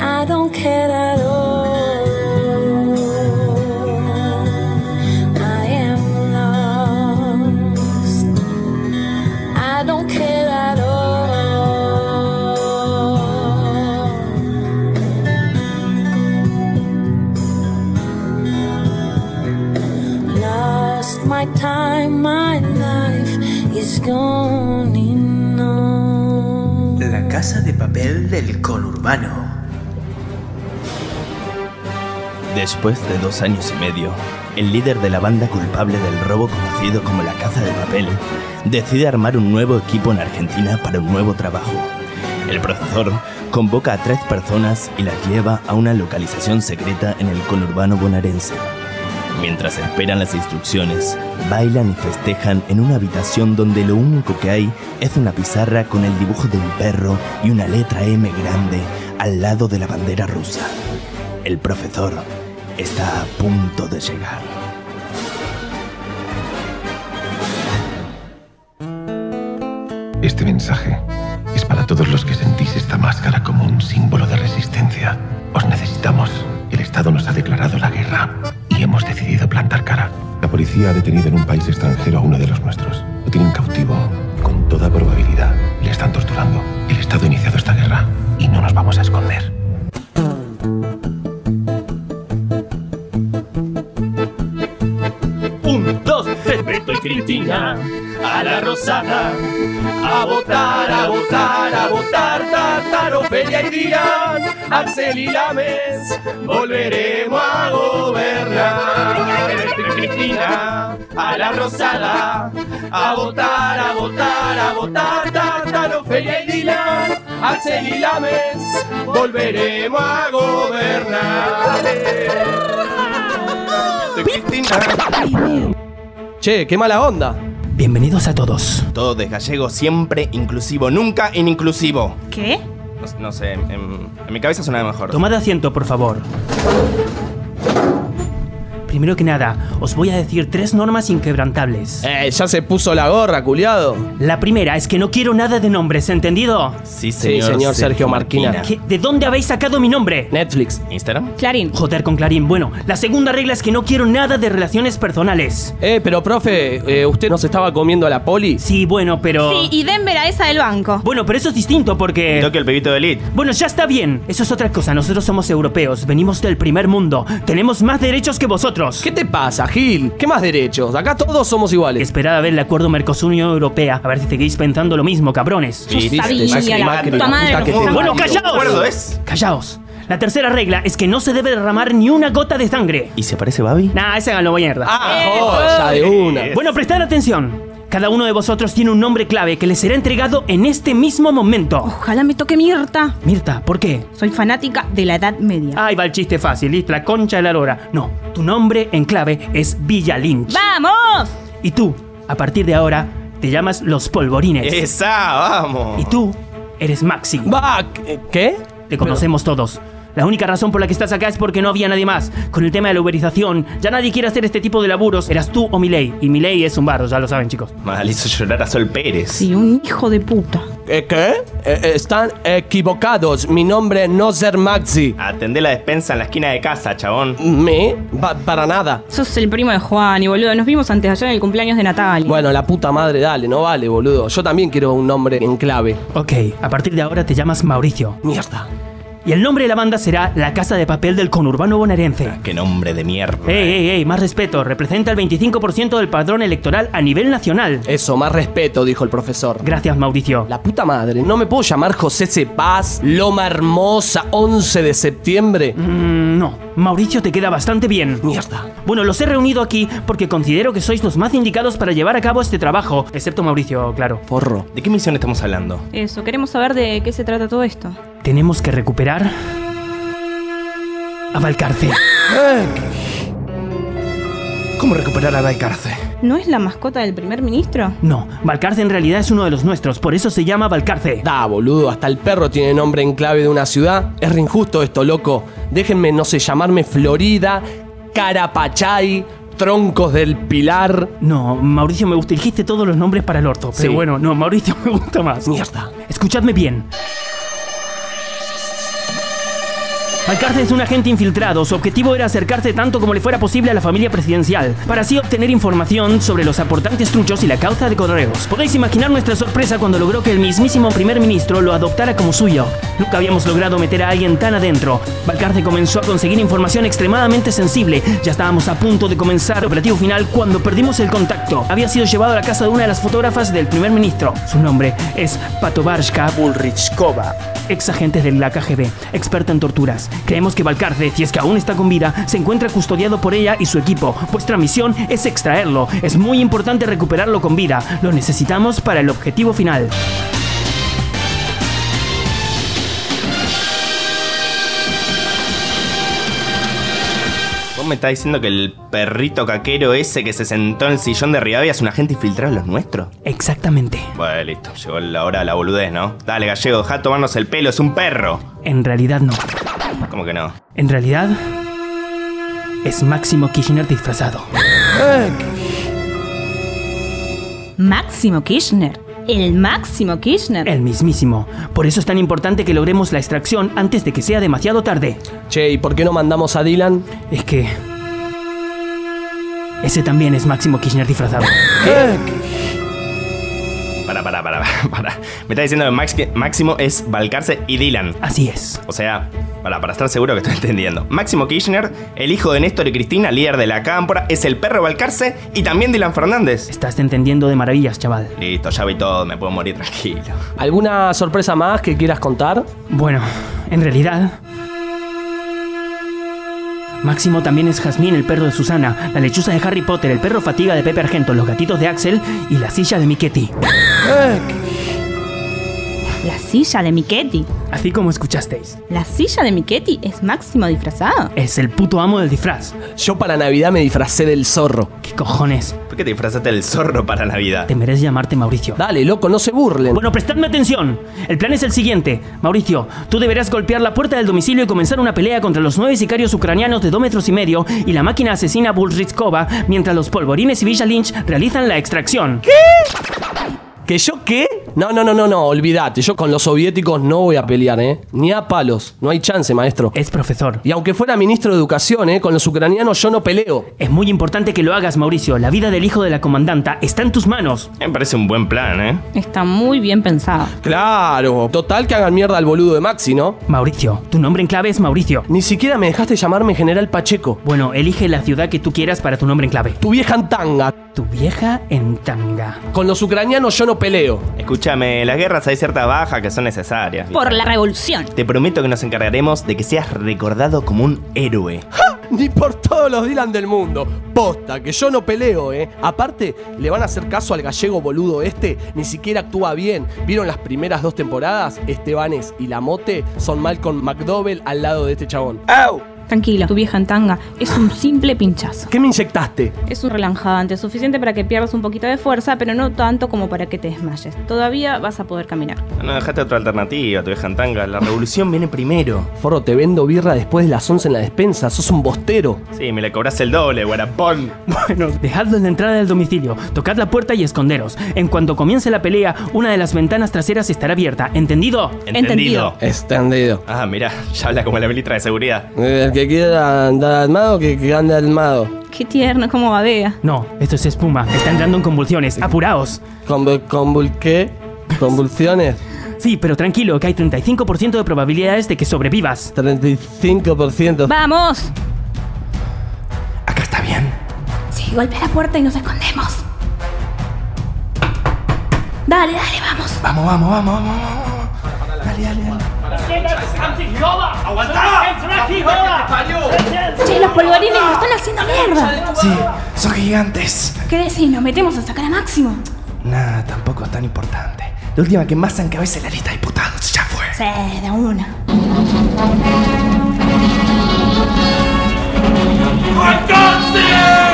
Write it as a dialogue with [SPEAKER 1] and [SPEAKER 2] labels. [SPEAKER 1] I don't care at all. I am lost. I don't care at all. Lost my time, my life is gone in all.
[SPEAKER 2] La casa de papel del conurbano. Después de dos años y medio, el líder de la banda culpable del robo conocido como la caza de papel decide armar un nuevo equipo en Argentina para un nuevo trabajo. El profesor convoca a tres personas y las lleva a una localización secreta en el conurbano bonaerense. Mientras esperan las instrucciones, bailan y festejan en una habitación donde lo único que hay es una pizarra con el dibujo de un perro y una letra M grande al lado de la bandera rusa. El profesor está a punto de llegar.
[SPEAKER 3] Este mensaje es para todos los que sentís esta máscara como un símbolo de resistencia. Os necesitamos. El Estado nos ha declarado la guerra y hemos decidido plantar cara. La policía ha detenido en un país extranjero a uno de los nuestros. Lo tienen cautivo. Con toda probabilidad le están torturando. El Estado ha iniciado esta guerra y no nos vamos a esconder.
[SPEAKER 4] Un, dos, tres, Beto y Cristina a la rosada. A votar, a votar, a votar, Tartar, Ofelia y Dirán, Axel y Lames, volveremos a gobernar. Beto y Cristina a la rosada. A votar, a votar, a votar, Tartar, Ofelia y Dirán, Axel y Lames, volveremos a gobernar. Beto y Cristina. Che, qué mala onda.
[SPEAKER 5] Bienvenidos a todos.
[SPEAKER 2] Todo de gallego siempre inclusivo, nunca inclusivo.
[SPEAKER 6] ¿Qué?
[SPEAKER 2] No, no sé, en, en mi cabeza suena mejor.
[SPEAKER 5] Tomad asiento, por favor. Primero que nada, os voy a decir tres normas inquebrantables.
[SPEAKER 4] Eh, ya se puso la gorra, culiado.
[SPEAKER 5] La primera es que no quiero nada de nombres, ¿entendido?
[SPEAKER 2] Sí,
[SPEAKER 4] señor Sergio Marquina.
[SPEAKER 5] ¿Qué- ¿De dónde habéis sacado mi nombre?
[SPEAKER 4] Netflix.
[SPEAKER 2] ¿Instagram?
[SPEAKER 6] Clarín.
[SPEAKER 5] Joder con Clarín. Bueno, la segunda regla es que no quiero nada de relaciones personales.
[SPEAKER 4] Eh, pero profe, eh, ¿usted nos estaba comiendo a la poli?
[SPEAKER 5] Sí, bueno, pero...
[SPEAKER 6] Sí, y Denver a esa del banco.
[SPEAKER 5] Bueno, pero eso es distinto porque...
[SPEAKER 2] Toque el pebito de Elite.
[SPEAKER 5] Bueno, ya está bien. Eso es otra cosa. Nosotros somos europeos, venimos del primer mundo. Tenemos más derechos que vosotros.
[SPEAKER 4] ¿Qué te pasa, Gil? ¿Qué más derechos? Acá todos somos iguales.
[SPEAKER 5] Esperad a ver el acuerdo Mercosur-Unión Europea. A ver si seguís pensando lo mismo, cabrones.
[SPEAKER 6] Yo
[SPEAKER 2] Viste,
[SPEAKER 6] sabía,
[SPEAKER 2] Macri,
[SPEAKER 6] la
[SPEAKER 2] Macri,
[SPEAKER 6] puta
[SPEAKER 2] la
[SPEAKER 6] madre.
[SPEAKER 4] puta
[SPEAKER 6] nos
[SPEAKER 4] que te
[SPEAKER 6] jugaba.
[SPEAKER 5] Bueno,
[SPEAKER 4] Mario,
[SPEAKER 5] callaos.
[SPEAKER 2] ¿qué acuerdo es?
[SPEAKER 5] Callaos. La tercera regla es que no se debe derramar ni una gota de sangre.
[SPEAKER 2] ¿Y si aparece Babi?
[SPEAKER 5] Nah, esa ganó mierda.
[SPEAKER 4] Ah,
[SPEAKER 6] Eh,
[SPEAKER 4] joya de una.
[SPEAKER 5] Bueno, prestad atención. Cada uno de vosotros tiene un nombre clave que les será entregado en este mismo momento.
[SPEAKER 6] Ojalá me toque Mirta.
[SPEAKER 5] Mirta, ¿por qué?
[SPEAKER 6] Soy fanática de la Edad Media.
[SPEAKER 5] Ahí va el chiste fácil, listo, la concha de la lora. No, tu nombre en clave es Villa Lynch.
[SPEAKER 6] ¡Vamos!
[SPEAKER 5] Y tú, a partir de ahora, te llamas Los Polvorines.
[SPEAKER 2] Esa, vamos.
[SPEAKER 5] Y tú, eres Maxi.
[SPEAKER 4] Va, eh, ¿qué?
[SPEAKER 5] Te conocemos todos. La única razón por la que estás acá es porque no había nadie más. Con el tema de la uberización, ya nadie quiere hacer este tipo de laburos. Eras tú o Milei. Y Milei es un barro, ya lo saben, chicos.
[SPEAKER 2] Mal hizo llorar a Sol Pérez.
[SPEAKER 6] Sí, un hijo de puta.
[SPEAKER 4] Eh, ¿Qué? Eh, están equivocados. Mi nombre no ser Maxi.
[SPEAKER 2] Atendé la despensa en la esquina de casa, chabón.
[SPEAKER 4] ¿Me? Va- para nada.
[SPEAKER 6] Sos el primo de Juan y boludo. Nos vimos antes de ayer en el cumpleaños de Natalia.
[SPEAKER 4] Bueno, la puta madre, dale, no vale, boludo. Yo también quiero un nombre en clave.
[SPEAKER 5] Ok, a partir de ahora te llamas Mauricio.
[SPEAKER 4] Mierda.
[SPEAKER 5] Y el nombre de la banda será La Casa de Papel del Conurbano Bonaerense.
[SPEAKER 2] Qué nombre de mierda. eh.
[SPEAKER 5] Ey, ey, ey, más respeto. Representa el 25% del padrón electoral a nivel nacional.
[SPEAKER 4] Eso, más respeto, dijo el profesor.
[SPEAKER 5] Gracias, Mauricio.
[SPEAKER 4] La puta madre, ¿no me puedo llamar José C. Paz, Loma Hermosa, 11 de septiembre?
[SPEAKER 5] Mm, no, Mauricio te queda bastante bien.
[SPEAKER 4] Mierda.
[SPEAKER 5] Bueno, los he reunido aquí porque considero que sois los más indicados para llevar a cabo este trabajo, excepto Mauricio, claro.
[SPEAKER 4] Forro.
[SPEAKER 2] ¿De qué misión estamos hablando?
[SPEAKER 6] Eso, queremos saber de qué se trata todo esto.
[SPEAKER 5] Tenemos que recuperar a Valcarce.
[SPEAKER 2] ¿Cómo recuperar a Valcarce?
[SPEAKER 6] ¿No es la mascota del primer ministro?
[SPEAKER 5] No, Valcarce en realidad es uno de los nuestros, por eso se llama Valcarce.
[SPEAKER 4] Da, boludo, hasta el perro tiene nombre en clave de una ciudad. Es re injusto esto, loco. Déjenme, no sé, llamarme Florida, Carapachay, Troncos del Pilar.
[SPEAKER 5] No, Mauricio me gusta. Dijiste todos los nombres para el orto, pero
[SPEAKER 4] Sí.
[SPEAKER 5] bueno, no, Mauricio me gusta más.
[SPEAKER 4] Mierda.
[SPEAKER 5] Escuchadme bien. Alcárcer es un agente infiltrado. Su objetivo era acercarse tanto como le fuera posible a la familia presidencial, para así obtener información sobre los aportantes truchos y la causa de correos. Podéis imaginar nuestra sorpresa cuando logró que el mismísimo primer ministro lo adoptara como suyo. Nunca habíamos logrado meter a alguien tan adentro. Valcarce comenzó a conseguir información extremadamente sensible. Ya estábamos a punto de comenzar el operativo final cuando perdimos el contacto. Había sido llevado a la casa de una de las fotógrafas del primer ministro. Su nombre es Patovarska Bullrichkova, ex agente de la KGB, experta en torturas. Creemos que Valcarce, si es que aún está con vida, se encuentra custodiado por ella y su equipo. Vuestra misión es extraerlo. Es muy importante recuperarlo con vida. Lo necesitamos para el objetivo final.
[SPEAKER 2] Vos me estás diciendo que el perrito caquero ese que se sentó en el sillón de Rivadavia es un agente infiltrado de los nuestros.
[SPEAKER 5] Exactamente.
[SPEAKER 2] Bueno, listo. Llegó la hora de la boludez, ¿no? Dale, gallego, dejá de tomarnos el pelo, es un perro.
[SPEAKER 5] En realidad no.
[SPEAKER 2] ¿Cómo que no?
[SPEAKER 5] En realidad, es Máximo Kirchner disfrazado.
[SPEAKER 6] Máximo Kirchner. El máximo Kirchner.
[SPEAKER 5] El mismísimo. Por eso es tan importante que logremos la extracción antes de que sea demasiado tarde.
[SPEAKER 4] Che, ¿y por qué no mandamos a Dylan?
[SPEAKER 5] Es que... Ese también es Máximo Kirchner disfrazado.
[SPEAKER 2] Para, para, para, para. Me estás diciendo que Max- que Máximo es Balcarce y Dylan.
[SPEAKER 5] Así es.
[SPEAKER 2] O sea, para, para estar seguro que estoy entendiendo. Máximo Kirchner, el hijo de Néstor y Cristina, líder de la cámpora, es el perro Balcarce y también Dylan Fernández.
[SPEAKER 5] Estás entendiendo de maravillas, chaval.
[SPEAKER 2] Listo, ya vi todo, me puedo morir tranquilo.
[SPEAKER 4] ¿Alguna sorpresa más que quieras contar?
[SPEAKER 5] Bueno, en realidad... Máximo también es Jazmín, el perro de Susana, la lechuza de Harry Potter, el perro fatiga de Pepe Argento, los gatitos de Axel y la silla de Miquetti.
[SPEAKER 6] La silla de Miquetti.
[SPEAKER 5] Así como escuchasteis.
[SPEAKER 6] La silla de Miquetti es máximo disfrazado.
[SPEAKER 5] Es el puto amo del disfraz.
[SPEAKER 4] Yo para Navidad me disfracé del zorro.
[SPEAKER 5] ¿Qué cojones?
[SPEAKER 2] ¿Por qué te disfrazaste del zorro para Navidad?
[SPEAKER 5] Te mereces llamarte Mauricio.
[SPEAKER 4] Dale, loco, no se burlen.
[SPEAKER 5] Bueno, prestadme atención. El plan es el siguiente. Mauricio, tú deberás golpear la puerta del domicilio y comenzar una pelea contra los nueve sicarios ucranianos de dos metros y medio y la máquina asesina Bullrichkova mientras los polvorines y Villa Lynch realizan la extracción.
[SPEAKER 4] ¿Que yo qué? No, no, no, no, no, olvídate. Yo con los soviéticos no voy a pelear, ¿eh? Ni a palos. No hay chance, maestro.
[SPEAKER 5] Es profesor.
[SPEAKER 4] Y aunque fuera ministro de Educación, ¿eh? Con los ucranianos yo no peleo.
[SPEAKER 5] Es muy importante que lo hagas, Mauricio. La vida del hijo de la comandanta está en tus manos.
[SPEAKER 2] Me parece un buen plan, ¿eh?
[SPEAKER 6] Está muy bien pensado.
[SPEAKER 4] Claro. Total que hagan mierda al boludo de Maxi, ¿no?
[SPEAKER 5] Mauricio, tu nombre en clave es Mauricio.
[SPEAKER 4] Ni siquiera me dejaste llamarme General Pacheco.
[SPEAKER 5] Bueno, elige la ciudad que tú quieras para tu nombre en clave.
[SPEAKER 4] Tu vieja en tanga.
[SPEAKER 5] Tu vieja en tanga.
[SPEAKER 4] Con los ucranianos yo no peleo.
[SPEAKER 2] Escúchame, en las guerras hay ciertas bajas que son necesarias.
[SPEAKER 6] Por la revolución.
[SPEAKER 2] Te prometo que nos encargaremos de que seas recordado como un héroe.
[SPEAKER 4] ¡Ja! Ni por todos los Dylan del mundo. Posta, que yo no peleo, ¿eh? Aparte, le van a hacer caso al gallego boludo este. Ni siquiera actúa bien. ¿Vieron las primeras dos temporadas? Estebanes y Lamote son Malcolm McDowell al lado de este chabón. ¡Au!
[SPEAKER 6] Tranquilo, tu vieja en tanga es un simple pinchazo.
[SPEAKER 4] ¿Qué me inyectaste?
[SPEAKER 6] Es un relajante, suficiente para que pierdas un poquito de fuerza, pero no tanto como para que te desmayes. Todavía vas a poder caminar.
[SPEAKER 2] No, dejate otra alternativa, tu vieja en tanga. La revolución viene primero.
[SPEAKER 4] Forro, te vendo birra después de las 11 en la despensa. Sos un bostero.
[SPEAKER 2] Sí, me la cobras el doble, guarapón.
[SPEAKER 5] Bueno, dejadlo en la entrada del domicilio, tocad la puerta y esconderos. En cuanto comience la pelea, una de las ventanas traseras estará abierta, ¿entendido?
[SPEAKER 2] Entendido.
[SPEAKER 6] Entendido.
[SPEAKER 4] Extendido.
[SPEAKER 2] Ah, mira, ya habla como la militra de seguridad.
[SPEAKER 4] El que quiera andar armado, que, que ande armado.
[SPEAKER 6] Qué tierno, cómo babea.
[SPEAKER 5] No, esto es espuma, está entrando en convulsiones, apuraos.
[SPEAKER 4] Convul- convul- ¿qué? Convulsiones.
[SPEAKER 5] Sí, pero tranquilo, que hay 35% de probabilidades de que sobrevivas.
[SPEAKER 4] 35%.
[SPEAKER 6] ¡Vamos!
[SPEAKER 2] Acá está bien.
[SPEAKER 6] Sí, golpea la puerta y nos escondemos. Dale, dale, vamos.
[SPEAKER 2] Vamos, vamos, vamos, vamos, vamos. Dale, dale, dale.
[SPEAKER 6] Che, los polvorines nos están haciendo mierda.
[SPEAKER 2] Sí, son gigantes.
[SPEAKER 6] ¿Qué decís? ¿Nos metemos a sacar a Máximo?
[SPEAKER 2] Nada, tampoco es tan importante. La última que más encabece la lista de diputados ya fue.
[SPEAKER 6] Sí, de una.
[SPEAKER 7] ¡Alcance!